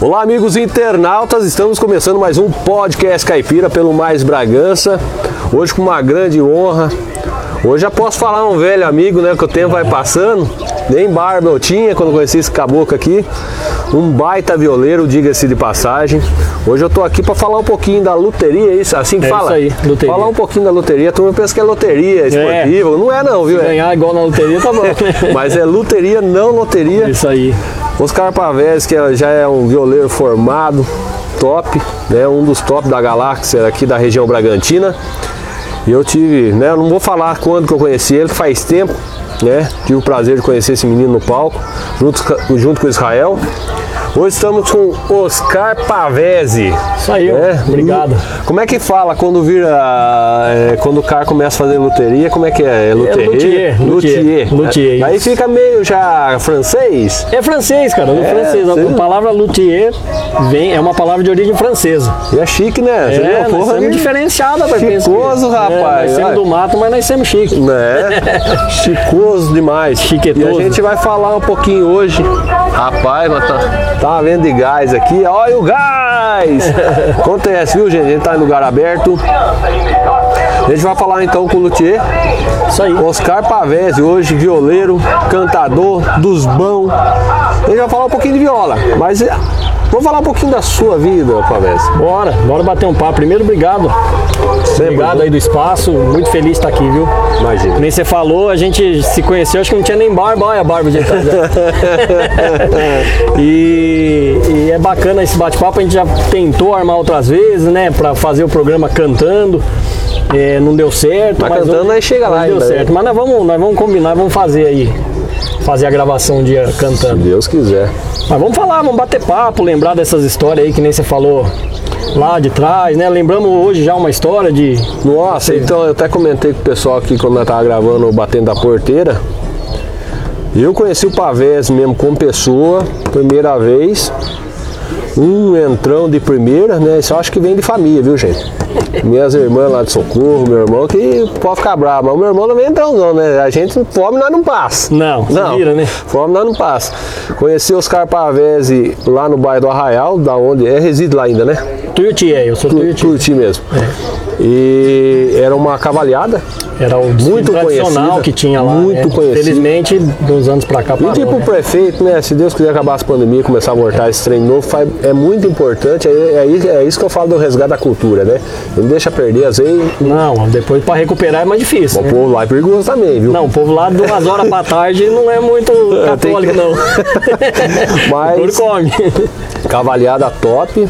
Olá, amigos internautas, estamos começando mais um podcast caipira pelo Mais Bragança. Hoje com uma grande honra. Hoje já posso falar um velho amigo, né? Que o tempo vai passando. Nem barba eu tinha quando conheci esse caboclo aqui. Um baita violeiro, diga-se de passagem. Hoje eu tô aqui para falar um pouquinho da loteria, é isso? Assim que É fala? isso aí, loteria. Falar um pouquinho da loteria. A turma pensa que é loteria esportiva. Não é não, viu? É- Ganhar igual na loteria tá bom, né? Mas é loteria, não loteria. Isso aí. Oscar Pavés, que é- já é um violeiro formado, top, né? Um dos top da galáxia aqui da região Bragantina. E eu tive, né? Eu não vou falar quando que eu conheci ele, que faz tempo, né? Tive o prazer de conhecer esse menino no palco, junto, ca- junto com o Israel. Hoje estamos com Oscar Pavese. Isso aí, ó. né? obrigado. Como é que fala quando vira. é, quando o cara começa a fazer loteria? Como é que é? É loteria? luthier, luthier, luthier, Aí isso. fica meio já francês? É francês, cara, do francês. sim. A palavra luthier vem, é uma palavra de origem francesa. E é chique, né? Você é, viu? nós Porra, somos que... diferenciada pra pensar. Chicoso, rapaz, nós somos vai. do mato, mas nós somos chique. Né? Chicoso demais. Chiquetoso. E a gente vai falar um pouquinho hoje. Rapaz, mas tá, tá vendo de gás aqui. Olha o gás! Acontece, viu, gente? A gente tá em lugar aberto. A gente vai falar então com o Luthier. Isso aí. Oscar Pavese, hoje violeiro, cantador dos bão. A gente vai falar um pouquinho de viola, mas eh, vamos falar um pouquinho da sua vida, Pavese. Bora, bora bater um papo. Primeiro, obrigado. né? Obrigado aí do espaço. Muito feliz de estar aqui, viu? Imagina. Que Nem você falou, a gente se conheceu, acho que não tinha nem barba, olha a barba de trás. né? e, e é bacana esse bate-papo, a gente já tentou armar outras vezes, né? Pra fazer o programa cantando. É, não deu certo. Mas Tá cantando, hoje- aí chega lá hoje deu ainda, né? certo. Mas nós vamos, nós vamos combinar, vamos fazer aí. Fazer a gravação um dia Se cantando. Deus quiser. Mas vamos falar, vamos bater papo, lembrar dessas histórias aí que nem você falou lá de trás, né? Lembramos hoje já uma história de. Nossa, então eu até comentei com o pessoal aqui quando eu tava gravando o Batendo a Porteira. Eu conheci o Pavés mesmo como pessoa, primeira vez. Um entrão de primeira, né? Isso eu acho que vem de família, viu, gente? Minhas irmãs lá de Socorro, meu irmão que pode ficar bravo, mas o meu irmão não vem entrão não, né? A gente fome nós não passa. Não, você Não, vira, né? fome nós não passa. Conheci Oscar Pavese lá no bairro do Arraial, da onde é, reside lá ainda, né? Tuiuti, é, eu sou Tuiuti. Tuiuti mesmo. E era uma cavalhada. Era o desfile Muito tradicional conhecida, que tinha lá. muito né? conhecida. Felizmente, dos anos pra cá, E parou, tipo o né? prefeito, né? Se Deus quiser acabar essa pandemia e começar a voltar esse trem novo, faz- é muito importante. É, é- é isso que eu falo do resgate da cultura, né? Não deixa perder, às vezes Não, depois pra recuperar é mais difícil. o né? povo lá é perigoso também, viu? Não, o povo lá de umas horas pra tarde não é muito tem católico, que- É não. Mas- Por come. Cavalhada top.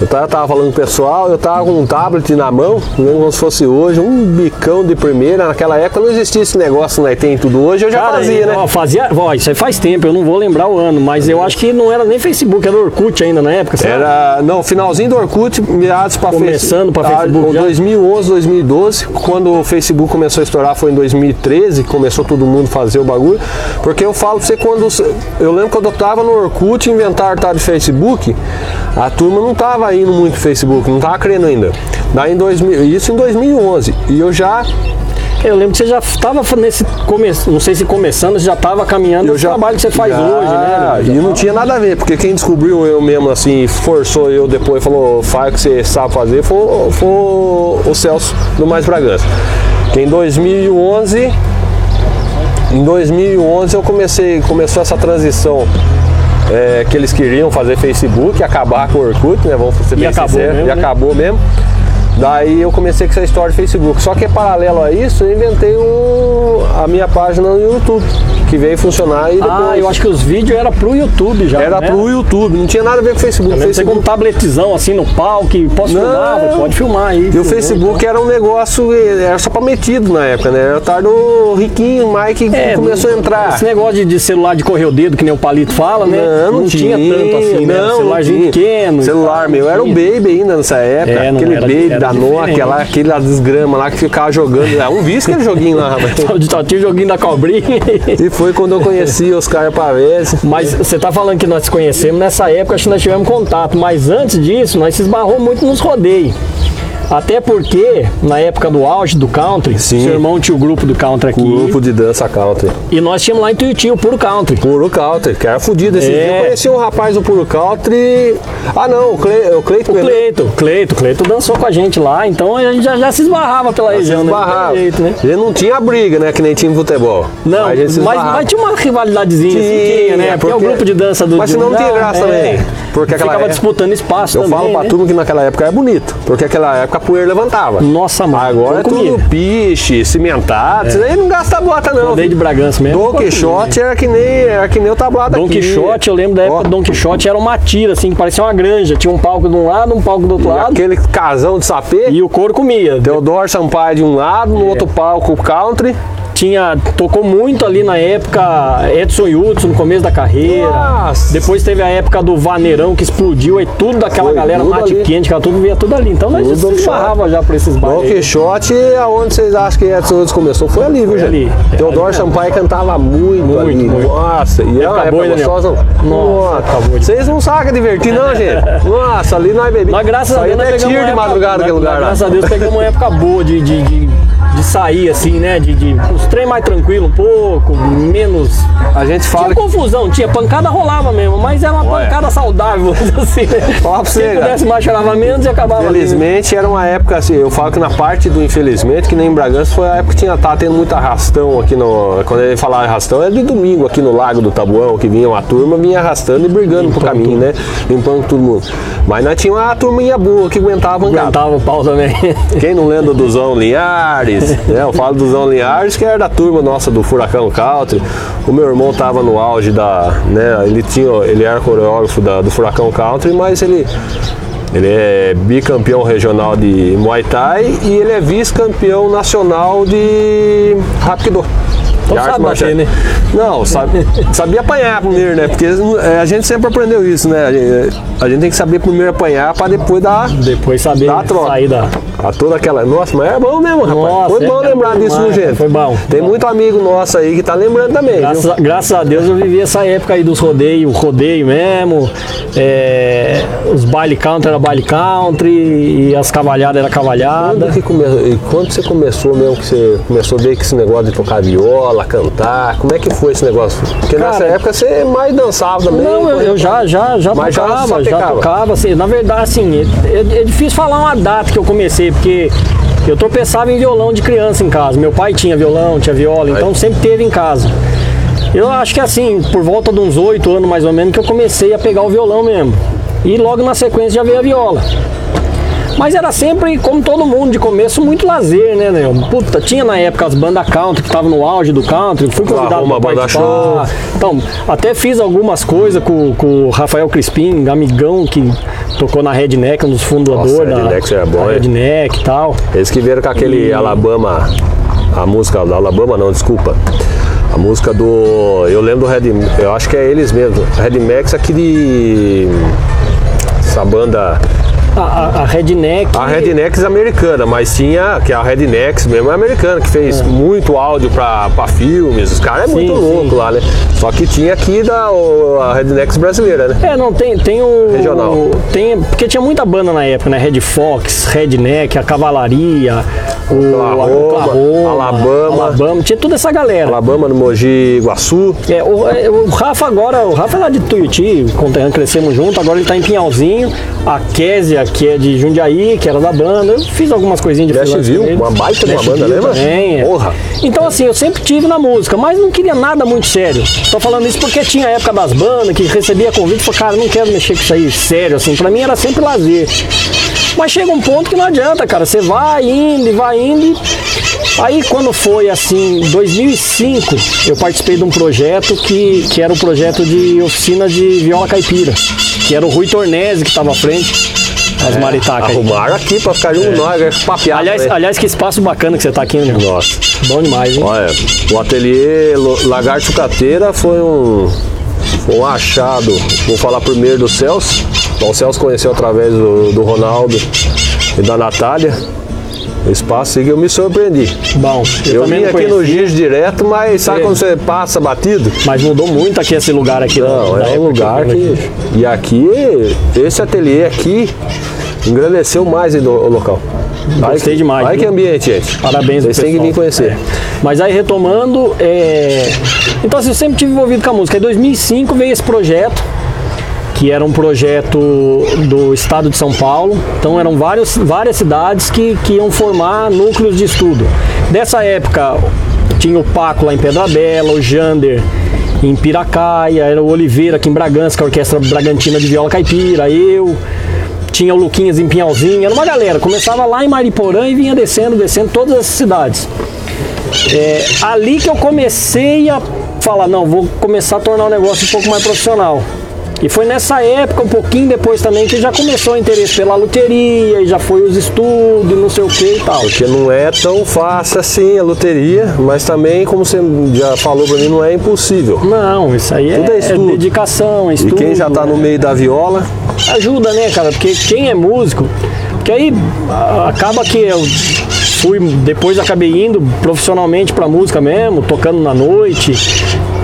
Eu tava, tava falando com o pessoal, eu tava com um tablet na mão, não como se fosse hoje, um bicão de primeira. Naquela época não existia esse negócio, né? Tem tudo hoje, eu já Cara, fazia, e, né? ó, fazia, ó, isso aí faz tempo, eu não vou lembrar o ano, mas eu acho que não era nem Facebook, era Orkut ainda na época, sabe? Era, não, finalzinho do Orkut, meados ah, para Começando pra Facebook já? 2011, 2012, quando o Facebook começou a estourar foi em 2013, começou todo mundo fazer o bagulho. Porque eu falo pra você quando eu lembro quando eu tava no Orkut, inventar tá de Facebook, a turma não tava indo muito no Facebook, não tava crendo ainda. Daí em 2000, isso em 2011. E eu já Eu lembro que você já estava nesse começo, não sei se começando, você já estava caminhando eu esse já trabalho que você faz Já, hoje, né? E não tinha nada a ver, porque quem descobriu eu mesmo assim, forçou eu depois, falou, faz o que você sabe fazer, foi, foi o Celso do Mais Bragança. Que em 2011, em 2011 eu comecei, começou essa transição é, que eles queriam fazer Facebook, acabar com o Orkut, né? Vamos ser bem acabou sinceros, mesmo, e né? acabou mesmo. Daí eu comecei com essa história de Facebook. Só que é paralelo a isso, eu inventei um- a minha página no YouTube, que veio funcionar e depois. Ah, eu acho que os vídeos eram pro YouTube já. Era né? pro YouTube, não tinha nada a ver com o Facebook. Eu lembro que você com Facebook um tabletzão assim no palco, e posso Não. filmar, Falei, pode filmar aí. E o né? Facebook era um negócio, era só pra metido na época, né? Era o tardo riquinho, Mike, que começou a entrar. É, Esse negócio de, de celular de correr o dedo, que nem o Palito fala, né? tinha, tanto assim, né? Não, Celularzinho não tinha. pequeno. e Celular tal, meu, não era o tinha. Baby ainda nessa época. É, não aquele era- Baby era da Nokia diferente. lá, aquele da desgrama lá que ficava jogando. lá. Um vício aquele joguinho lá, rapaz. Só tinha o joguinho da cobrinha. E foi quando eu conheci Oscar Pavese. Mas você tá falando que nós se conhecemos nessa época, acho que nós tivemos contato, mas antes disso, nós se esbarrou muito nos rodeios. Até porque, na época do auge do country, Sim. seu irmão tinha o grupo do country aqui. Grupo de dança country. E nós tínhamos lá em Tuiuti o puro country. Puro Country, que era fudido esse É. dia. Eu conheci um rapaz do Puro Country. Ah não, o Cle- o Cleiton Pelé. Cleito, Cleito, Cleito dançou com a gente lá, então a gente já, já se esbarrava pela se região, né? Não tem esbarrava. jeito, né? Ele não tinha briga, né? Que nem tinha em futebol. Não, a gente mas, se mas, esbarrava. tinha uma rivalidadezinha, assim, Tinha, tinha, né? Porque, é o porque- grupo de dança do Mas senão não de- tinha graça também, porque aquela ficava época- disputando espaço Eu também, falo pra né? Hum, turma que naquela época era bonito, porque aquela época a poeira levantava. Nossa, mano, Agora é foi comigo. tudo piche, cimentado, É. isso aí não gasta bota não. Desde Bragança mesmo. Don Quixote era que nem, era que nem o tablado né? Don aqui. Quixote, eu lembro da época Ó. do Don Quixote, era uma tira, assim, que parecia uma granja. Tinha um palco de um lado, um palco do outro E lado, Aquele casão de sapê, e o couro comia. Teodoro Sampaio de um lado, no outro palco o country. Tinha, tocou muito ali na época Edson Hudson, no começo da carreira. Nossa. Depois teve a época do Vaneirão, que explodiu, e tudo daquela Foi, galera, tudo mate ali. quente, que ela tudo via tudo ali. Então nós Tudo se ali. esbarrava já pra esses Don bares. aí. Quixote, aonde vocês acham que Edson Hudson começou? Foi ali, viu, Foi gente? ali. É, Teodoro ali Sampaio cantava muito, ali. muito. Nossa, e é uma Época época boa, hein, Daniel? gostosa. Nossa, época boa demais. Vocês não sacam divertir, não, gente? Nossa, ali nós bebemos. Nós, graças a Saía Deus, nós até é pegamos tiro de uma época- né, madrugada nós- naquele lugar né? lá. Graças a Deus, pegamos uma época boa de, de, de, de sair, assim, né? De, de uns trem mais tranquilo um pouco, menos... A gente fala Tinha que confusão, tinha pancada rolava mesmo, mas era uma Olha. pancada saudável, vamos dizer assim, né? Fala pra você, Quem cara. pudesse mais chorava menos e acabava ali, né? Infelizmente era uma época assim, eu falo que na parte do infelizmente, que nem em Bragança, foi a época que tinha, tava tendo muito arrastão aqui no. Quando ele falava arrastão, era de domingo aqui no Lago do Tabuão, que vinha uma turma, vinha arrastando e brigando pro caminho, né? Limpando todo mundo. Mas nós tinha uma turminha boa que aguentava a pancada. Aguentava o pau também. Quem não lembra do Zão Linhares? né? Eu falo do Zão Linhares, que era da turma nossa do Furacão Country. O meu irmão tava no auge da. Né? Ele, tinha, ele era coreógrafo da- do Furacão Country, mas ele. Ele é bicampeão regional de Muay Thai e ele é vice-campeão nacional de Rapido. Então sabe bater, né? Não, sabe, sabia apanhar primeiro, né? Porque eh, a gente sempre aprendeu isso, né? A gente, a gente tem que saber primeiro apanhar para depois dar Depois saber Dá a troca. sair da. a toda aquela. Nossa, mas é bom mesmo, rapaz. Nossa, foi bom é, lembrar é disso, demais, gente. foi bom. Tem Bom. muito amigo nosso aí que tá lembrando também. Graças a, graças a Deus eu vivi essa época aí dos rodeios, rodeio mesmo, é, os baile country era baile country, e as cavalhadas era Quando, cavalhada. que come- e quando você começou mesmo, que você começou a ver que esse negócio de tocar viola, cantar, como é que foi esse negócio? Porque Cara, nessa época você mais dançava também. né? Não, eu, coisa- eu já, já, já Mas já tocava, já, sapecava. tocava. Assim, na verdade, assim, é, é- é difícil falar uma data que eu comecei, porque eu tropeçava em violão de criança em casa. Meu pai tinha violão, tinha viola, então sempre teve em casa. Eu acho que assim, por volta de uns oito anos mais ou menos, que eu comecei a pegar o violão mesmo. E logo na sequência já veio a viola. Mas era sempre, como todo mundo, de começo, muito lazer, né, Neo? Puta, tinha na época as bandas country que estavam no auge do country, fui convidado Arruma pra a banda participar. show. Então, até fiz algumas coisas com, com o Rafael Crispim, um amigão que tocou na Redneck, um dos fundadores Nossa, da Redneck era bom, da hein? Redneck e tal. Eles que vieram com aquele Alabama, a música da Alabama não, desculpa. A música do. Eu lembro do Red. Eu acho que é eles mesmo. Red Max aqui de. Essa banda. A, a, a Redneck. A Rednex é americana, mas tinha que a Rednex mesmo é americana, que fez muito áudio pra, pra filmes. Os caras é muito Sim, louco sim. lá, né? Só que tinha aqui da, o- a Rednex brasileira, né? É, não, tem, tem o. Regional. Tem, porque tinha muita banda na época, né? Red Fox, Redneck, a Cavalaria, o Oklahoma, Oklahoma, Alabama. Alabama, tinha toda essa galera. Alabama, no Mogi Iguaçu. É, o, é, o Rafa agora, o Rafa é lá de Tuiuti, conterrâneo, crescemos junto, agora ele tá em Pinhalzinho, a Késia, que é de Jundiaí, que era da banda, eu fiz algumas coisinhas de freelance Nashville, com ele. uma baita de uma Nashville banda, lembra? também, é. Porra. Então assim, eu sempre tive na música, mas não queria nada muito sério. Tô falando isso porque tinha a época das bandas, que recebia convite, e falei, cara, não quero mexer com isso aí, sério, assim, pra mim era sempre lazer. Mas chega um ponto que não adianta, cara, você vai indo e vai indo e Aí quando foi assim, 2005, eu participei de um projeto que, que era o projeto de oficina de viola caipira, que era o Rui Tornese que estava à frente, as maritacas. aí. É. Arrumaram aqui pra ficar junto, nós, papeado. Aliás, É, né? aliás, que espaço bacana que você tá aqui, né? Nossa. Bom demais, hein? Olha, o ateliê Lo- Lagarto Sucateira foi um, foi um achado. Vou falar primeiro do Celso. Bom, O Celso conheceu através do, do Ronaldo e da Natália. O espaço e eu me surpreendi. Bom, eu, Eu também vim não aqui conheço, no Giz direto, mas sabe É. quando você passa batido? mas mudou muito aqui esse lugar aqui. né? Não, é um lugar que. E aqui, esse ateliê aqui engrandeceu mais ainda o local. Gostei demais. Olha que viu? ambiente, gente. Parabéns, Vocês têm que pessoal. vir conhecer. É. Mas aí retomando, é... então assim, eu sempre tive envolvido com a música. Em 2005 veio esse projeto, que era um projeto do estado de São Paulo. Então eram vários, várias cidades que, que iam formar núcleos de estudo. Dessa época tinha o Paco lá em Pedra Bela, o Jander em Piracaia, era o Oliveira aqui em Bragança, com a Orquestra Bragantina de Viola Caipira, eu, tinha o Luquinhas em Pinhalzinho, era uma galera. Começava lá em Mariporã e vinha descendo, descendo todas as cidades. É, ali que eu comecei a falar, não, vou começar a tornar o negócio um pouco mais profissional. E foi nessa época, um pouquinho depois também, que já começou o interesse pela loteria, e já foi os estudos, e não sei o que e tal. Porque não é tão fácil assim a loteria, mas também, como você já falou pra mim, não é impossível. Não, isso aí é, Tudo é estudo. dedicação, E é estudo. quem já tá no é- meio da viola, ajuda, né, cara? Porque quem é músico, porque aí a- acaba que eu fui, depois acabei indo profissionalmente pra música mesmo, tocando na noite.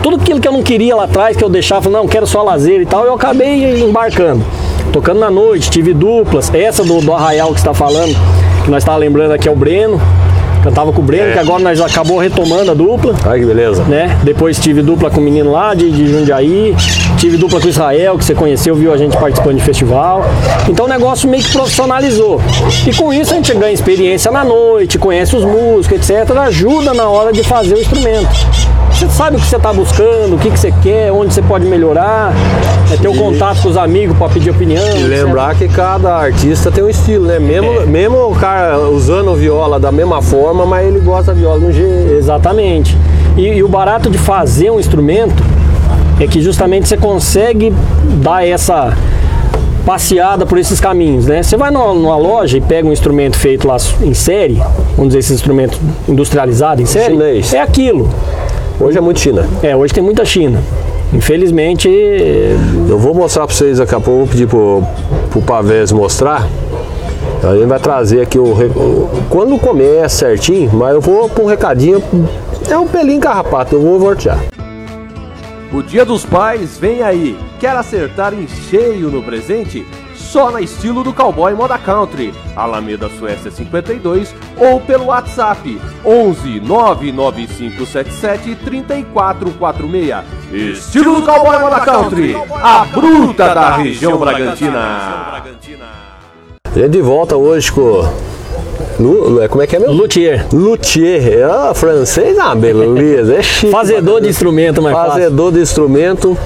Tudo aquilo que eu não queria lá atrás, que eu deixava, falando, não, quero só lazer e tal, eu acabei embarcando. Tocando na noite, tive duplas, essa do, do Arraial que você tá falando, que nós estávamos lembrando aqui é o Breno, cantava com o Breno, que agora nós acabou retomando a dupla olha que beleza. né? Depois tive dupla com o menino lá de, de Jundiaí, tive dupla com o Israel, que você conheceu, viu a gente participando de festival. Então o negócio meio que profissionalizou. E com isso a gente ganha experiência na noite, conhece os músicos, etc. Ajuda na hora de fazer o instrumento. Você sabe o que você está buscando, o que, que você quer, onde você pode melhorar, é ter o contato com os amigos para pedir opinião. E etc. lembrar que cada artista tem um estilo, né? Mesmo, mesmo o cara usando viola da mesma forma, mas ele gosta da viola de um jeito. Exatamente. E, e o barato de fazer um instrumento é que justamente você consegue dar essa passeada por esses caminhos, né? Você vai numa, numa loja e pega um instrumento feito lá em série, vamos dizer, esse instrumento industrializado em série, Chinês. é aquilo. Hoje é muito China. É, hoje tem muita China. Infelizmente, eh, Eu vou mostrar pra vocês daqui a pouco, vou pedir pro, pro Pavés mostrar. A gente vai trazer aqui o. re- o- Quando comer certinho, mas eu vou pôr um recadinho. É um pelinho carrapato, eu vou voltear. O Dia dos Pais vem aí. Quer acertar em cheio no presente? Só na estilo do Cowboy Moda Country, Alameda Suécia 52 ou pelo WhatsApp 11 99577 3446. Estilo do Cowboy Moda Country, a bruta da região Bragantina. A gente é de volta hoje com. Lu, Lu- como é que é meu? luthier, Luthier. Ah, francês, ah, beleza. É chique. fazedor de instrumento mais fácil. Fazedor de instrumento,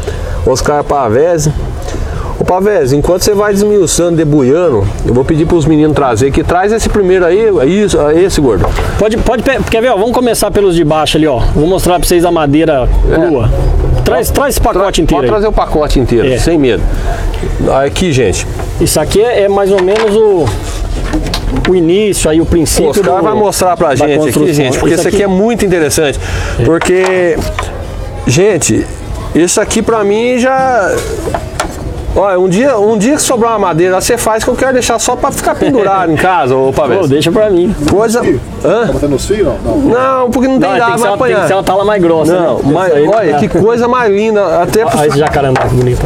Oscar Pavese. Ô Pavese, enquanto você vai desmiuçando, debuiando, eu vou pedir pros meninos trazer aqui. Traz esse primeiro aí, é isso, esse gordo. Pode, pode, pe- quer ver? ó, vamos começar pelos de baixo ali, ó. Vou mostrar pra vocês a madeira crua. Traz, traz esse pacote inteiro. É. Pode aí. trazer o pacote inteiro, É. sem medo. Aqui, gente, Isso aqui é, é mais ou menos o, o início, aí o o princípio. Oscar do- vai mostrar pra da gente aqui, construção. É. gente, porque isso aqui... é muito interessante. Porque, gente, isso aqui pra mim já. Olha, um dia, um dia que sobrar uma madeira, você faz que eu quero deixar só pra ficar pendurado em casa, ô Pô, Pavese. deixa pra mim. Coisa. Hã? Tá botando os fios? Não, não. Não, porque não tem Não, nada, tem, que ser vai uma, tem que apanhar. ser uma tala mais grossa. Não, né? Essa aí mas olha, dá. que coisa mais linda. Até Olha esse jacarandá que bonito.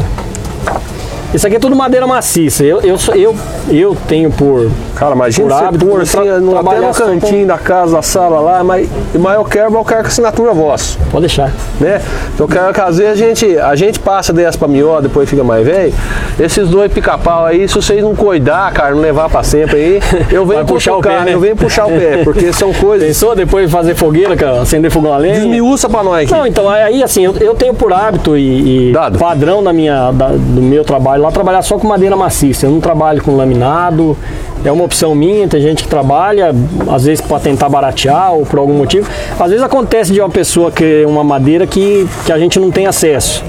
Isso aqui é tudo madeira maciça. Eu, eu, sou- eu, eu tenho por. Cara, imagina por você hábito, pôr tra- assim, no, até trabalhar no só com- cantinho da casa, da sala lá, mas, mas eu quero, mas eu quero com assinatura vossa, Pode deixar. né? Eu quero que às vezes a gente, a gente passa dessa pra mió, depois fica mais velho. Esses dois pica-pau aí, se vocês não cuidar, cara, não levar pra sempre aí, eu venho Vai puxar o pé, cara, né? eu venho puxar o pé, porque são coisas. Pensou depois de fazer fogueira, cara, acender fogão a lenha? Desmiuça pra nós aqui. Não, então, aí assim, eu, eu tenho por hábito e, e Dado. padrão na minha, da- do meu trabalho lá trabalhar só com madeira maciça. Eu não trabalho com laminado, é uma opção minha, tem gente que trabalha, às vezes para tentar baratear ou por algum motivo. Às vezes acontece de uma pessoa que uma madeira que, que a gente não tem acesso.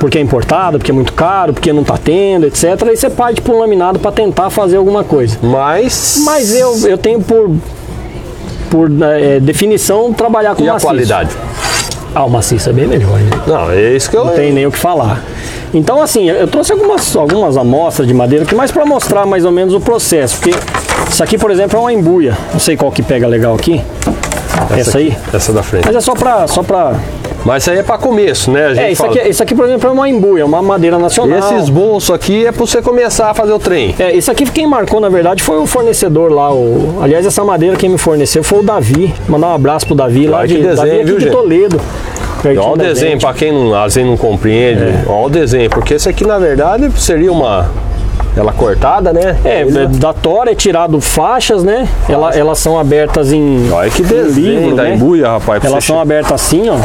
Porque é importado, porque é muito caro, porque não está tendo, etc. Aí você parte para um laminado para tentar fazer alguma coisa. Mas. Mas eu, eu tenho por, por eh, definição trabalhar com E a maciço. qualidade? Ah, o maciço é bem melhor, né? Não, é isso que eu. não tem nem o que falar. Então, assim, eu trouxe algumas, algumas amostras de madeira aqui, mas para mostrar mais ou menos o processo. Porque isso aqui, por exemplo, é uma embuia. Não sei qual que pega legal aqui. Essa, aí. aqui, Essa da frente. Mas é só para só pra Mas isso aí é para começo, né? A gente É, isso fala. aqui, isso aqui, por exemplo, é uma embu, é uma madeira nacional. Esse esboço aqui é para você começar a fazer o trem. É, isso aqui quem marcou, na verdade, foi o fornecedor lá. O... Aliás, essa madeira quem me forneceu foi o Davi. Mandar um abraço pro Davi lá Olha de que desenho, Davi aqui viu, de gente? Toledo. pertinho Olha o da desenho, gente. para quem não, às vezes não compreende, É. olha o desenho, porque esse aqui na verdade seria uma. Ela cortada, né? É, Ele- da tora é tirado faixas, né? Ela- elas são abertas em. Olha que em desenho livro, da né? embuia, rapaz. pra Elas você são abertas assim, ó.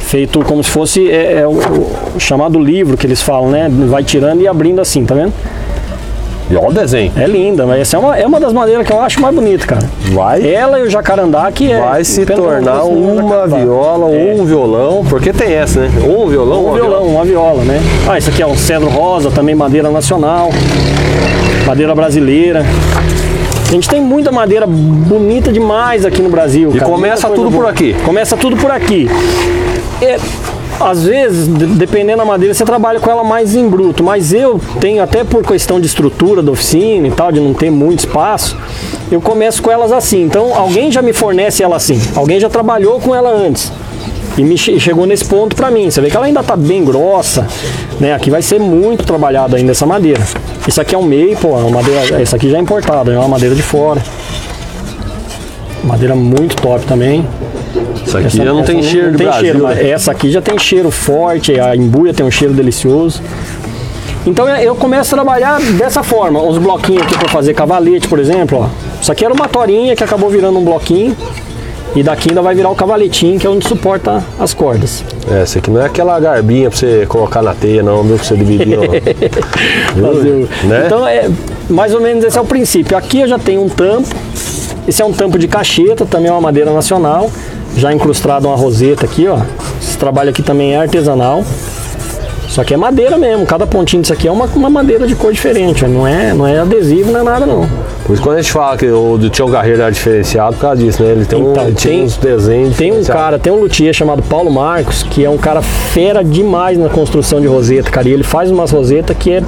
Feito como se fosse é, é o, o chamado livro que eles falam, né? Vai tirando e abrindo assim, tá vendo? che- E olha o desenho. É linda, mas essa é uma, é uma das madeiras que eu acho mais bonita, cara. Vai, Ela e o jacarandá que é. vai se pelo menos tornar no uma jacarandá. viola, É. um violão, porque tem essa, né? Um violão, Um uma violão, uma viola, né? Ah, isso aqui é um cedro rosa, também madeira nacional, madeira brasileira. A gente tem muita madeira bonita demais aqui no Brasil. E cara, começa muita coisa tudo por boa. aqui. Começa tudo por aqui. É, às vezes, de- dependendo da madeira, você trabalha com ela mais em bruto, mas eu tenho, até por questão de estrutura da oficina e tal, de não ter muito espaço, eu começo com elas assim. Então, alguém já me fornece ela assim, alguém já trabalhou com ela antes. E me che- chegou nesse ponto pra mim. Você vê que ela ainda tá bem grossa, né? Aqui vai ser muito trabalhada ainda essa madeira. Isso aqui é um maple, é uma madeira, essa aqui já é importada, é uma madeira de fora. Madeira muito top também. Isso aqui Essa- já não essa tem cheiro de tem Brasil, cheiro, né? mas essa aqui já tem cheiro forte, a embuia tem um cheiro delicioso. Então eu- eu começo a trabalhar dessa forma, os bloquinhos aqui para fazer cavalete, por exemplo, ó. Isso aqui era uma torinha que acabou virando um bloquinho e daqui ainda vai virar o cavaletinho, que é onde suporta as cordas. Essa aqui não é aquela garbinha pra você colocar na teia, não, viu? Pra você dividir, não. Brasil. Viu? Né? Então é mais ou menos esse é o princípio. Aqui eu já tenho um tampo. Esse é um tampo de cacheta, também é uma madeira nacional, já incrustado uma roseta aqui, ó. Esse trabalho aqui também é artesanal. Só que é madeira mesmo, cada pontinho disso aqui é uma, uma madeira de cor diferente, ó. não é, não é adesivo, não é nada não. Por isso quando a gente fala que o do Tião Carreiro era diferenciado por causa disso, né? Ele tem, um, Então, ele tinha tem- uns desenhos. Tem um diferenciados. cara, tem um luthier chamado Paulo Marcos, que é um cara fera demais na construção de roseta, cara, e ele faz umas rosetas que é,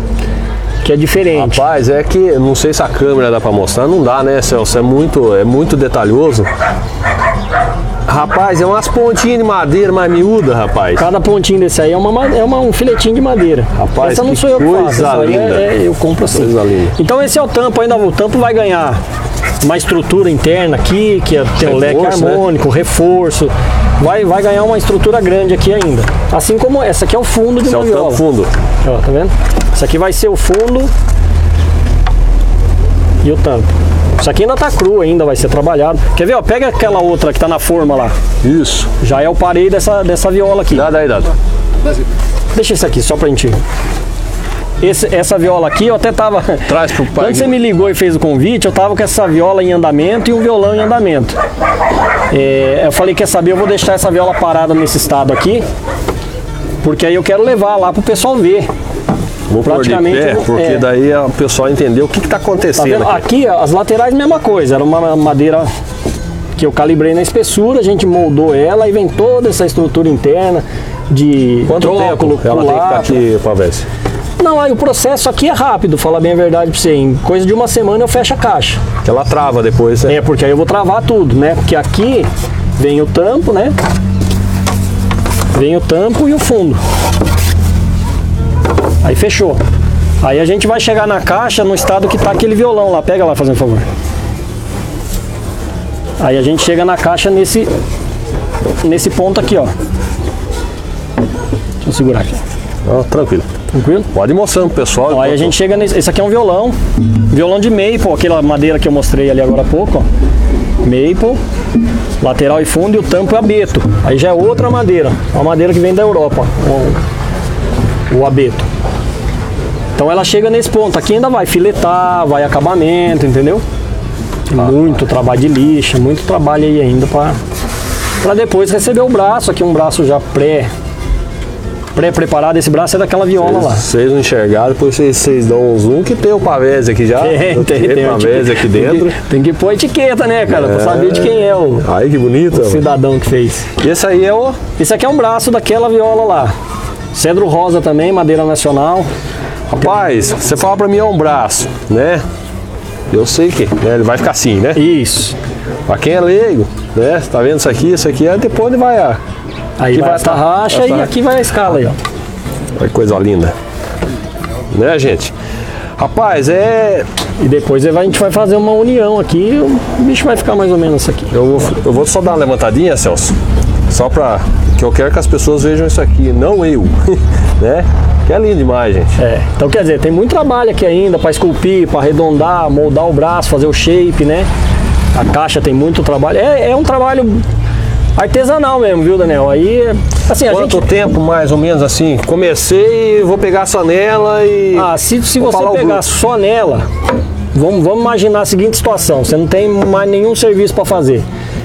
que é diferente. Rapaz, é que não sei se a câmera dá pra mostrar, não dá, né, Celso? É muito, é muito detalhoso. Rapaz, é umas pontinhas de madeira mais miúda, rapaz. Cada pontinho desse aí é, uma, ma- é uma- um filetinho de madeira. Rapaz, essa não que sou eu que faço. coisa essa aí linda. É, é- eu compro assim. Coisa linda. Então esse é o tampo ainda. O tampo vai ganhar uma estrutura interna aqui, que é, tem o leque Reforço, né? harmônico, reforço. Vai, vai ganhar uma estrutura grande aqui ainda. Assim como essa aqui é o fundo de Esse é uma o viola. tampo fundo. Ó, tá vendo? Isso aqui vai ser o fundo e o tampo. Isso aqui ainda tá cru ainda, vai ser trabalhado. Quer ver? Ó, pega aquela outra que tá na forma lá. Isso. Já é o parei dessa, dessa viola aqui. Dá daí, dá. Deixa isso aqui, só pra gente. Esse- essa viola aqui, eu até tava. Traz pro pai. Quando você me ligou e fez o convite, eu tava com essa viola em andamento e um violão em andamento. É, eu falei, quer saber, eu vou deixar essa viola parada nesse estado aqui, porque aí eu quero levar lá pro pessoal ver. Vou pôr de praticamente, pé, porque é. daí o pessoal entendeu o que, que tá Tá acontecendo vendo? aqui. Aqui, ó, as laterais, mesma coisa. Era uma madeira que eu calibrei na espessura, a gente moldou ela e vem toda essa estrutura interna de Quanto tróculo, tempo ela tem que ficar culatra. aqui, Pavés? Não, aí o processo aqui é rápido, falar bem a verdade pra você. Em coisa de uma semana eu fecho a caixa. Que ela trava depois, né? É, porque aí eu vou travar tudo, né? Porque aqui vem o tampo, né? Vem o tampo e o fundo. Aí fechou. Aí a gente vai chegar na caixa no estado que tá aquele violão lá. Pega lá, fazendo um favor. Aí a gente chega na caixa nesse nesse ponto aqui, ó. Deixa eu segurar aqui. Ó, tranquilo. Tranquilo? Pode ir mostrando pro pessoal. Ó, aí a enquanto- gente chega nesse. Esse aqui é um violão. Violão de maple, aquela madeira que eu mostrei ali agora há pouco, ó. Maple, lateral e fundo, e o tampo é abeto. Aí já é outra madeira. Uma madeira que vem da Europa, ó, o, o abeto. Então ela chega nesse ponto. Aqui ainda vai filetar, vai acabamento, entendeu? Muito trabalho de lixa, muito trabalho aí ainda pra, pra depois receber o braço. Aqui um braço já pré. Pré-preparado, esse braço é daquela viola lá. então. Vocês não enxergaram, depois vocês, vocês dão um zoom que tem o Pavés aqui já. É, tem, tem, tem Pavés etiqueta. aqui dentro. Tem que, tem que pôr etiqueta, né, cara? Pra saber de quem é o Aí que bonito. ó. cidadão que fez. Esse aí é o. Esse aqui é um braço daquela viola lá. Cedro rosa também, madeira nacional. Rapaz, você fala pra mim é um braço, né? Eu sei que né, ele vai ficar assim, né? Isso. Pra quem é leigo, né? Tá vendo isso aqui? Isso aqui é depois ele vai ah, Aí vai, vai a essa- tarraxa essa- e aqui vai a escala aí, ó. Olha que coisa linda. Né, gente? Rapaz, é. E depois ele vai- a gente vai fazer uma união aqui e o bicho vai ficar mais ou menos isso aqui. Eu vou, eu vou só dar uma levantadinha, Celso. Só pra. Que eu quero que as pessoas vejam isso aqui, não eu. né? Que é lindo demais, gente. É, então quer dizer, tem muito trabalho aqui ainda para esculpir, para arredondar, moldar o braço, fazer o shape, né? A caixa tem muito trabalho. É, é um trabalho artesanal mesmo, viu, Daniel? Aí, assim, a Quanto gente. tempo, mais ou menos assim? Comecei, vou pegar a sanela e. Ah, se, se Vou você falar o pegar bruto. só nela, vamos, vamos imaginar a seguinte situação: você não tem mais nenhum serviço para fazer.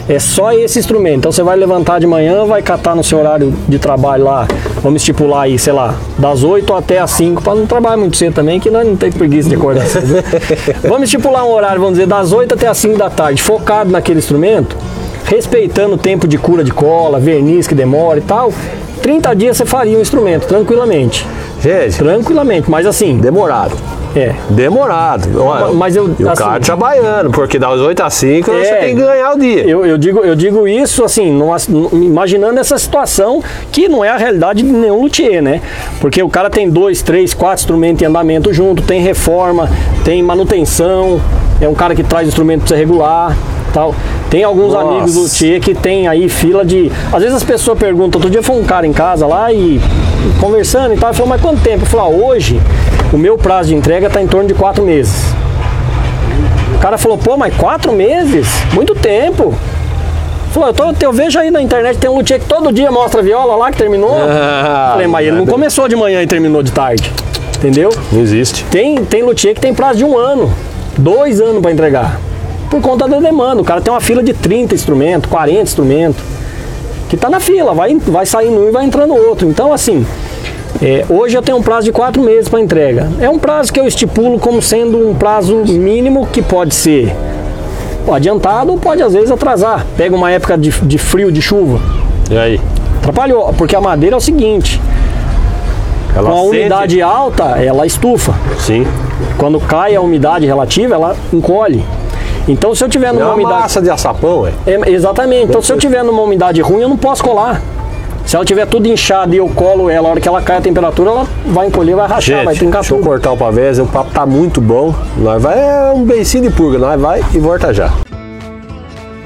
É só esse instrumento. Então você vai levantar de manhã, vai catar no seu horário de trabalho lá, vamos estipular aí, sei lá, das 8 até as 5, para não trabalhar muito cedo também, que nós não tem preguiça de acordar cedo. né? vamos estipular um horário, vamos dizer, das 8 até as 5 da tarde, focado naquele instrumento, respeitando o tempo de cura de cola, verniz que demora e tal. 30 dias você faria o instrumento, tranquilamente. Gente, Tranquilamente, mas assim, demorado. é. Demorado. Olha, Mas eu, E o assim, cara é trabalhando, porque das 8 às 5 É. você tem que ganhar o dia. eu, eu digo, eu digo isso assim, numa- imaginando essa situação que não é a realidade de nenhum luthier, né? Porque o cara tem dois, três, quatro instrumentos em andamento junto, tem reforma, tem manutenção, é um cara que traz instrumento pra você regular. Tal. Tem alguns Nossa. amigos do Tchê que tem aí fila de. Às vezes as pessoas perguntam, outro dia foi um cara em casa lá e conversando e tal, ele falou, mas quanto tempo? Eu falei, ah, hoje o meu prazo de entrega tá em torno de quatro meses. O cara falou, pô, mas quatro meses? Muito tempo. Falou, eu, tô- eu vejo aí na internet, tem um luthier que todo dia mostra a viola lá que terminou. Ah, Falei, mas ele não nada. começou de manhã e terminou de tarde. Entendeu? Não existe. Tem, tem luthier que tem prazo de um ano, dois anos para entregar. Por conta da demanda. O cara tem uma fila de 30 instrumentos, 40 instrumentos, que tá na fila, vai, vai saindo um e vai entrando outro. Então, assim, é, hoje eu tenho um prazo de quatro meses para entrega. É um prazo que eu estipulo como sendo um prazo mínimo que pode ser adiantado ou pode às vezes atrasar. Pega uma época de, de frio, de chuva. E aí? Atrapalhou, porque a madeira é o seguinte: Ela com a sente- umidade alta, ela estufa. Sim. Quando cai a umidade relativa, ela encolhe. Então, se eu tiver É numa uma umidade. massa de açapão, ué. É, exatamente. Então, se eu tiver numa umidade ruim, eu não posso colar. Se ela tiver tudo inchada e eu colo ela, a hora que ela cai a temperatura, ela vai encolher, vai rachar, vai Gente, trincar deixa eu tudo. cortar o pavés, o papo tá muito bom. Nós vai é um beicinho de purga, nós vai e volta já.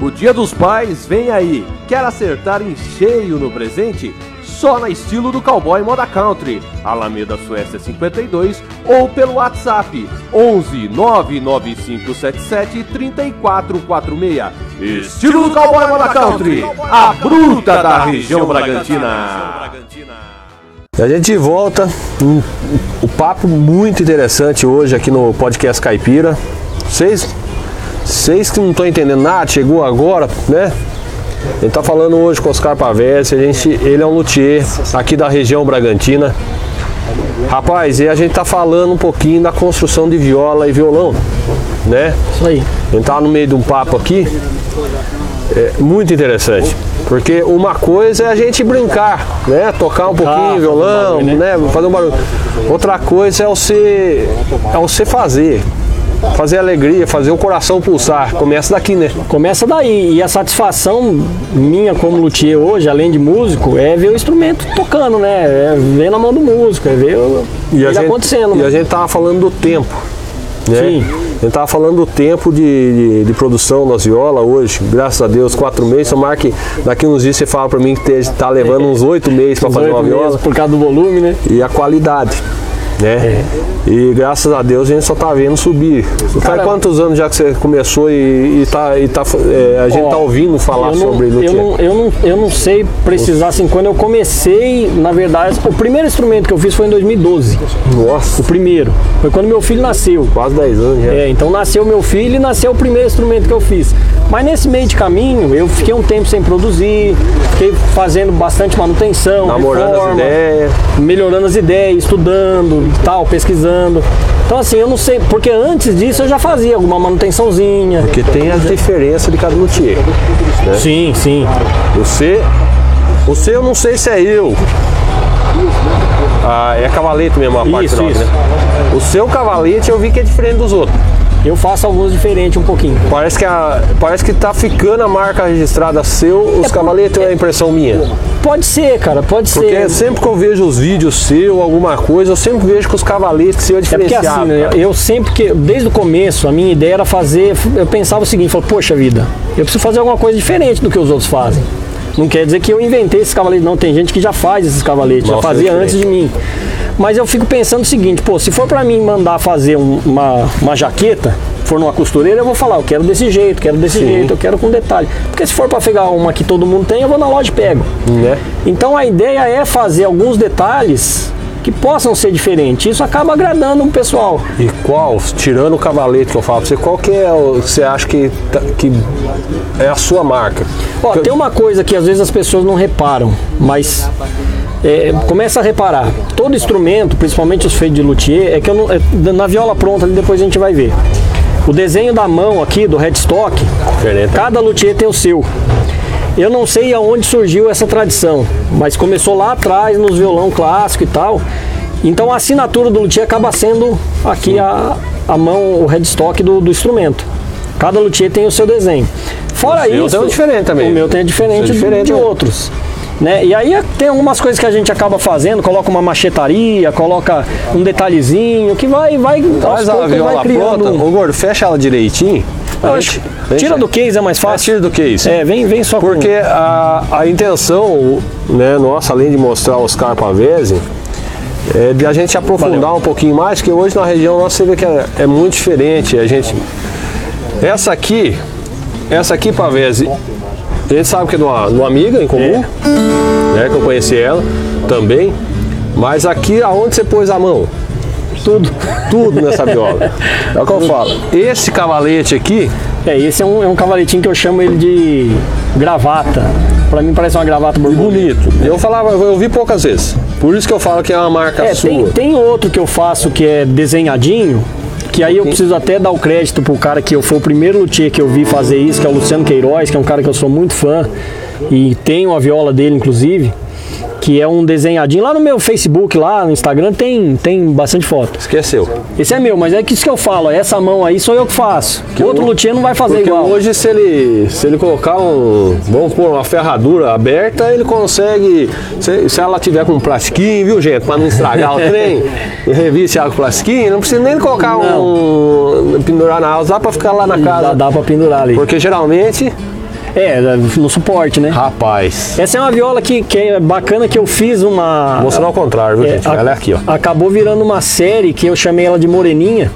O Dia dos Pais vem aí. Quer acertar em cheio no presente? Só na estilo do Cowboy Moda Country, Alameda Suécia 52 ou pelo WhatsApp 11 99577 3446. Estilo do Cowboy Moda Country, a bruta da região Bragantina. A gente volta. Um, o papo muito interessante hoje aqui no podcast Caipira. Vocês, vocês que não estão entendendo nada, chegou agora, né? A gente tá falando hoje com o Oscar Pavese, a gente, ele é um luthier aqui da região Bragantina. Rapaz, e a gente tá falando um pouquinho da construção de viola e violão, né? Isso aí. A gente tá no meio de um papo aqui. É muito interessante. Porque uma coisa é a gente brincar, né? Tocar um pouquinho, violão, né? Fazer um barulho. Outra coisa é você, é você fazer. Fazer alegria, fazer o coração pulsar. Começa daqui, né? Começa daí. E a satisfação minha como luthier hoje, além de músico, é ver o instrumento tocando, né? É ver na mão do músico, é ver o- E a né? ele gente, acontecendo. né? E a gente tava falando do tempo. Né? Sim. A gente tava falando do tempo de, de, de produção das violas hoje, graças a Deus, quatro meses. Tomara que daqui uns dias você fala pra mim que te- tá levando uns oito meses pra Os fazer uma oito viola. meses por causa do volume, né? e a qualidade. Né? E graças a Deus a gente só tá vendo subir. Faz É. Cara, quantos anos já que você começou e, e tá, e tá, é, a gente Ó, tá ouvindo falar eu não, sobre eu luthier? não, eu, não, eu não sei precisar, assim, quando eu comecei, na verdade, o primeiro instrumento que eu fiz foi em 2012. Nossa, O primeiro. Foi quando meu filho nasceu. quase 10 anos já. É, então nasceu meu filho e nasceu o primeiro instrumento que eu fiz. Mas nesse meio de caminho, eu fiquei um tempo sem produzir, fiquei fazendo bastante manutenção, Namorando as reforma, ideias. melhorando as ideias, estudando e tal, pesquisando. Então assim, eu não sei, porque antes disso eu já fazia alguma manutençãozinha. Porque tem as diferenças de cada luthier. Sim, sim. Você, você eu não sei se é eu. Ah, é cavalete mesmo a parte Isso, nossa, isso. né? O seu cavalete eu vi que é diferente dos outros. Eu faço alguns diferentes um pouquinho. Parece que, a, parece que tá ficando a marca registrada seu, os cavaletes é a impressão minha. Pode ser, cara, pode Porque ser. sempre que eu vejo os vídeos seu, alguma coisa, eu sempre vejo que os cavaletes seu é É porque assim, diferenciado. né, cara. eu sempre que, desde o começo, a minha ideia era fazer, eu pensava o seguinte, falei, poxa vida, eu preciso fazer alguma coisa diferente do que os outros fazem. Não quer dizer que eu inventei esses cavaletes, não, tem gente que já faz esses cavaletes, já Nossa, fazia é antes de mim. Mas eu fico pensando o seguinte, pô, se for pra mim mandar fazer um- uma, uma jaqueta, for numa costureira, eu vou falar, eu quero desse jeito, quero desse jeito, eu quero com detalhe. Porque se for pra pegar uma que todo mundo tem, eu vou na loja e pego. Né? Então a ideia é fazer alguns detalhes que possam ser diferentes. Isso acaba agradando o pessoal. E qual, tirando o cavalete que eu falo pra você, qual que é o que você acha que, tá- que é a sua marca? Ó, Que- tem uma coisa que às vezes as pessoas não reparam, mas é, começa a reparar. Todo instrumento, principalmente os feitos de luthier, é que eu não, é, na viola pronta ali depois a gente vai ver. O desenho da mão aqui do headstock, Diferente. cada luthier tem o seu. Eu não sei aonde surgiu essa tradição, mas começou lá atrás nos violão clássico e tal. Então a assinatura do luthier acaba sendo aqui a, a mão, o headstock do, do instrumento. Cada luthier tem o seu desenho. Fora seu isso, tem um diferente também. o meu tem O diferente, seu é diferente, diferente de né? outros. Né? E aí tem algumas coisas que a gente acaba fazendo, coloca uma machetaria, coloca um detalhezinho que vai, vai, aos Faz a poucos viola pronta, um- ô gordo, fecha ela direitinho. Eu A acho- gente- a gente- Tira do case é mais É, fácil. tira do que isso. É, vem, vem só com- Porque a, a intenção, né, nossa, além de mostrar os Carpavese, é de a gente aprofundar Valeu. um pouquinho mais, que hoje na região nossa você vê que é, é muito diferente. A gente. Essa aqui, essa aqui, Pavese, a gente sabe que é de uma, de uma amiga em comum, É. né? Que eu conheci ela também. Mas aqui aonde você pôs a mão? Tudo. Tudo nessa viola. É o que eu falo. Esse cavalete aqui, É, esse é um, é um cavaletinho que eu chamo ele de gravata. Pra mim parece uma gravata borboleta. bonito. Eu falava, eu vi poucas vezes. Por isso que eu falo que é uma marca É, sua. tem, tem outro que eu faço que é desenhadinho, que aí eu preciso até dar o crédito pro cara que eu foi o primeiro luthier que eu vi fazer isso, que é o Luciano Queiroz, que é um cara que eu sou muito fã e tenho a viola dele inclusive, que é um desenhadinho lá no meu Facebook, lá no Instagram tem tem bastante foto. Esqueceu. Esse é meu, mas é que isso que eu falo, essa mão aí sou eu que faço. outro eu- luthier não vai fazer Porque igual. hoje se ele, se ele colocar um, vamos pôr uma ferradura aberta, ele consegue, se, se ela tiver com um plastiquinho, viu gente, para não estragar o trem, e revisse ela com plastiquinho, não precisa nem colocar um, pendurar na asa, dá para ficar lá na Dá, casa. dá pra pendurar ali. Porque geralmente, É, no suporte, né? rapaz, Essa é uma viola que, que é bacana que eu fiz uma. mostrar ao contrário, viu é, gente, a- ela é aqui ó. Acabou virando uma série que eu chamei ela de Moreninha.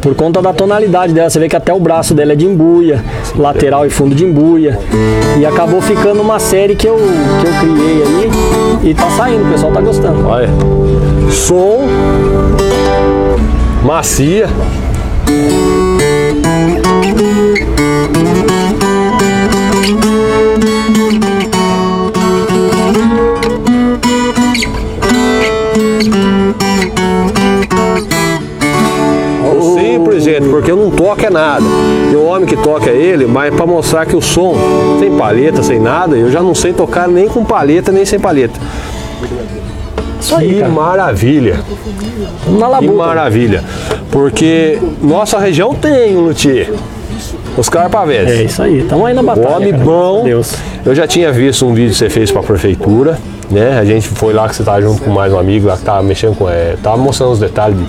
Por conta da tonalidade dela, você vê que até o braço dela é de embuia, lateral e fundo de embuia. E acabou ficando uma série que eu, que eu criei aí e tá saindo, o pessoal tá gostando. Olha. Som. Macia. Eu Oh. Simples, gente, porque eu não toco é nada. E o homem que toca é ele, mas pra mostrar que o som, sem palheta, sem nada, eu já não sei tocar nem com palheta, nem sem palheta. Isso aí, Que cara. maravilha! Na Que labuta. maravilha! Porque nossa região tem o luthier. Oscar Pavés. É isso aí, tamo aí na batalha. Um Homem cara, bom. Deus. Eu já tinha visto um vídeo que você fez para a prefeitura, né? A gente foi lá que você tá junto com mais um amigo lá que tava mexendo com, é, tava mostrando os detalhes. de-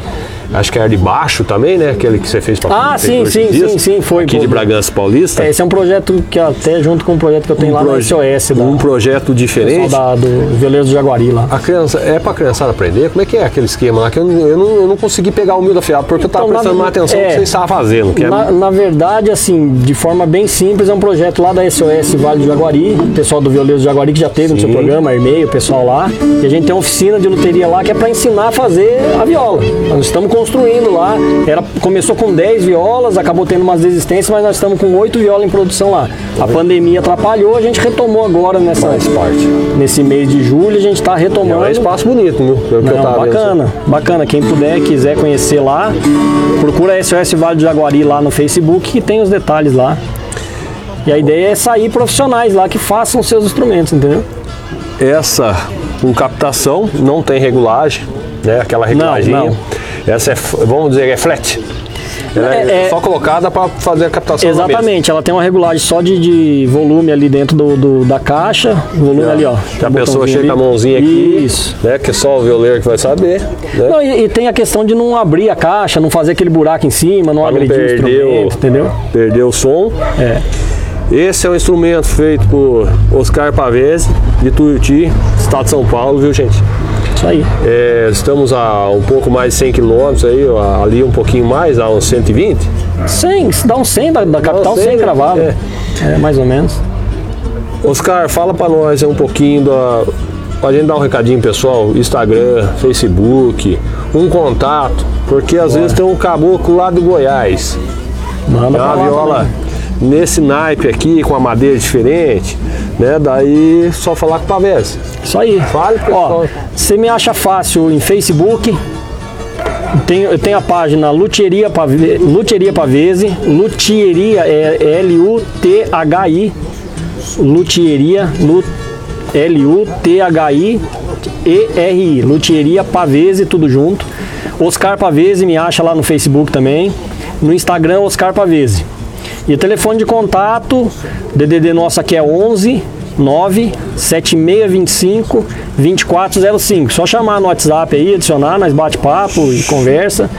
acho que era de baixo também, né? Aquele que você fez para Ah, sim, sim, sim, sim, foi, Aqui pô. de Bragança Paulista. É, esse é um projeto que até junto com um projeto que eu tenho lá no proje- SOS, da, um projeto diferente. da, do Violeiro do Jaguari lá. A criança, é pra criançada aprender? Como é que é aquele esquema lá? Que eu, não- eu, não, eu não consegui pegar o miúdo afiado, porque eu tava Então, na prestando mais verdade- atenção no é. que vocês estavam fazendo. Que é- Na, na verdade, assim, de forma bem simples, é um projeto lá da SOS Vale do Jaguari, o pessoal do Violeiro do Jaguari que já teve no seu Sim. programa, Hermeio, o pessoal lá. E a gente tem uma oficina de luteria lá que é para ensinar a fazer a viola. Nós estamos construindo lá. Era, começou com 10 violas, acabou tendo umas desistências, mas nós estamos com 8 violas em produção lá. A pandemia atrapalhou, a gente retomou agora nessa parte. Nesse mês de julho, a gente está é retomando. um espaço bonito, viu? Pelo que eu Não, tava vendo. bacana, bacana. Quem puder, quiser conhecer lá, procura a SOS Vale do Jaguari lá no Facebook que tem os detalhes lá. E a ideia é sair profissionais lá que façam seus instrumentos, entendeu? Essa, com captação, não tem regulagem, né? Aquela regulaginha. não. Essa é, f- vamos dizer, é flat. Ela é, É, é- só colocada para fazer a captação da mesa. Exatamente, ela tem uma regulagem só de, de volume ali dentro do, do- da caixa, volume ali, ó. Que a botãozinho pessoa chega ali. com a mãozinha aqui, Isso. né? Que só o violeiro que vai saber. Né? Não, e, e tem a questão de não abrir a caixa, não fazer aquele buraco em cima, não Pra não agredir o perder o- instrumento, entendeu? Perdeu o som. É. Esse é um instrumento feito por Oscar Pavese, de Tuiuti, estado de São Paulo, viu gente? Isso aí. É, estamos a um pouco mais de 100 quilômetros aí, ó, ali um pouquinho mais, a uns 120. 100, se dá um 100 da, da capital, 100, 100 cravado. é. É. mais ou menos. Oscar, fala pra nós aí um pouquinho da. Pra gente dar um recadinho pessoal, Instagram, Facebook, um contato, porque às vezes tem um caboclo lá do Goiás. Manda É uma pra lá viola também. nesse naipe aqui, com a madeira diferente, né? Daí só falar com o Pavés. Isso aí. Fale, pessoal. Ó, você me acha fácil em Facebook. Tem, eu tenho a página Luteria Pavese, Luteria Pavese. Luteria é L-U-T-H-I. Luteria, Lu- L-U-T-H-I-E-R-I. Luteria Pavese, tudo junto. Oscar Pavese me acha lá no Facebook também. No Instagram, Oscar Pavese. E o telefone de contato, DDD nosso aqui é 11 9 7625 2405. Só chamar no WhatsApp aí, adicionar, nós bate papo e conversa.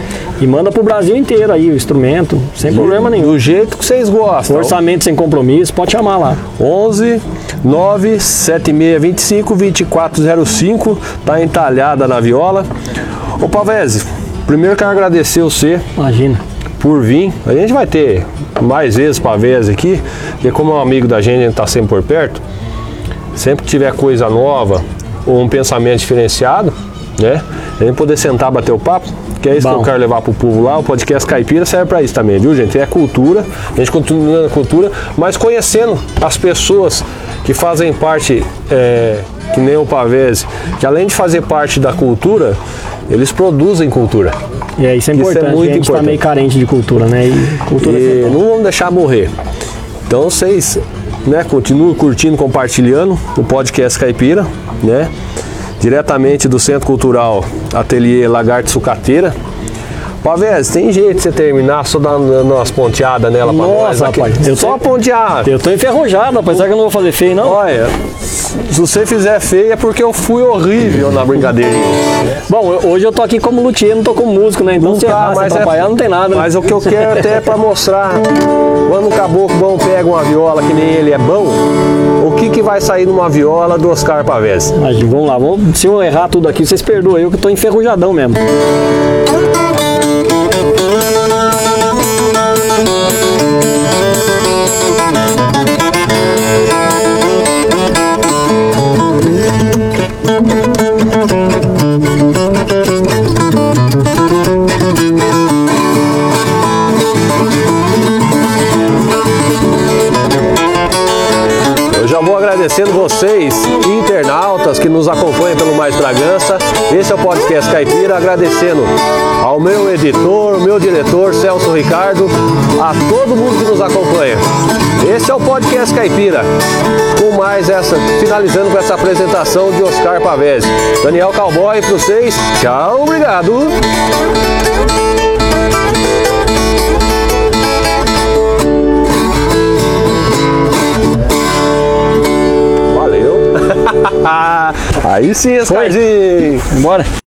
E manda pro Brasil inteiro aí o instrumento, sem problema nenhum. Do jeito que vocês gostam. Orçamento sem compromisso, pode chamar lá. 11 97625 2405, tá entalhada na viola. Ô Pavese, primeiro quero agradecer você Imagina. por vir. A gente vai ter mais vezes Pavés aqui, porque como é um amigo da gente, a gente tá sempre por perto. Sempre que tiver coisa nova ou um pensamento diferenciado, né? A gente poder sentar, bater o papo, que é isso que Bom. eu quero levar pro povo lá. O podcast Caipira serve para isso também, viu, gente? É cultura, a gente continua na cultura, mas conhecendo as pessoas que fazem parte, é, que nem o Pavese, que além de fazer parte da cultura, eles produzem cultura. E é isso é Isso é importante. muito a gente importante. tá meio carente de cultura, né? E cultura é E fundamental. não vamos deixar morrer. Então vocês, né, continuem curtindo, compartilhando o podcast Caipira, né? Diretamente do Centro Cultural Ateliê Lagarto Sucateira. Pavés, tem jeito de você terminar só dando dando umas ponteadas nela pra Nossa, nós? aqui? rapaz, eu só tô- ponteada. Eu tô enferrujado, rapaz. Será que eu não vou fazer feio, não? Olha, se você fizer feia é porque eu fui horrível na brincadeirinha. Bom, eu- hoje eu tô aqui como luthier, não tô como músico, né? Então se tá, errar, se mas é- atrapalhar, não tem nada. né? Mas o que eu quero até é pra mostrar quando um caboclo bom pega uma viola que nem ele é bom, o que que vai sair numa viola do Oscar Pavés? Mas vamos lá, vamos, se eu errar tudo aqui, vocês perdoam eu que tô enferrujadão mesmo. Eu já vou agradecendo vocês, internautas que nos acompanham pelo Mais Bragança. Esse é o podcast Caipira, agradecendo ao meu editor, meu diretor Celso Ricardo, a todo mundo que nos acompanha. Esse é o podcast Caipira. Com mais essa, finalizando com essa apresentação de Oscar Pavese. Daniel Cowboy para vocês. Tchau, obrigado. Valeu. Aí sim, Oscarzinho. Bora.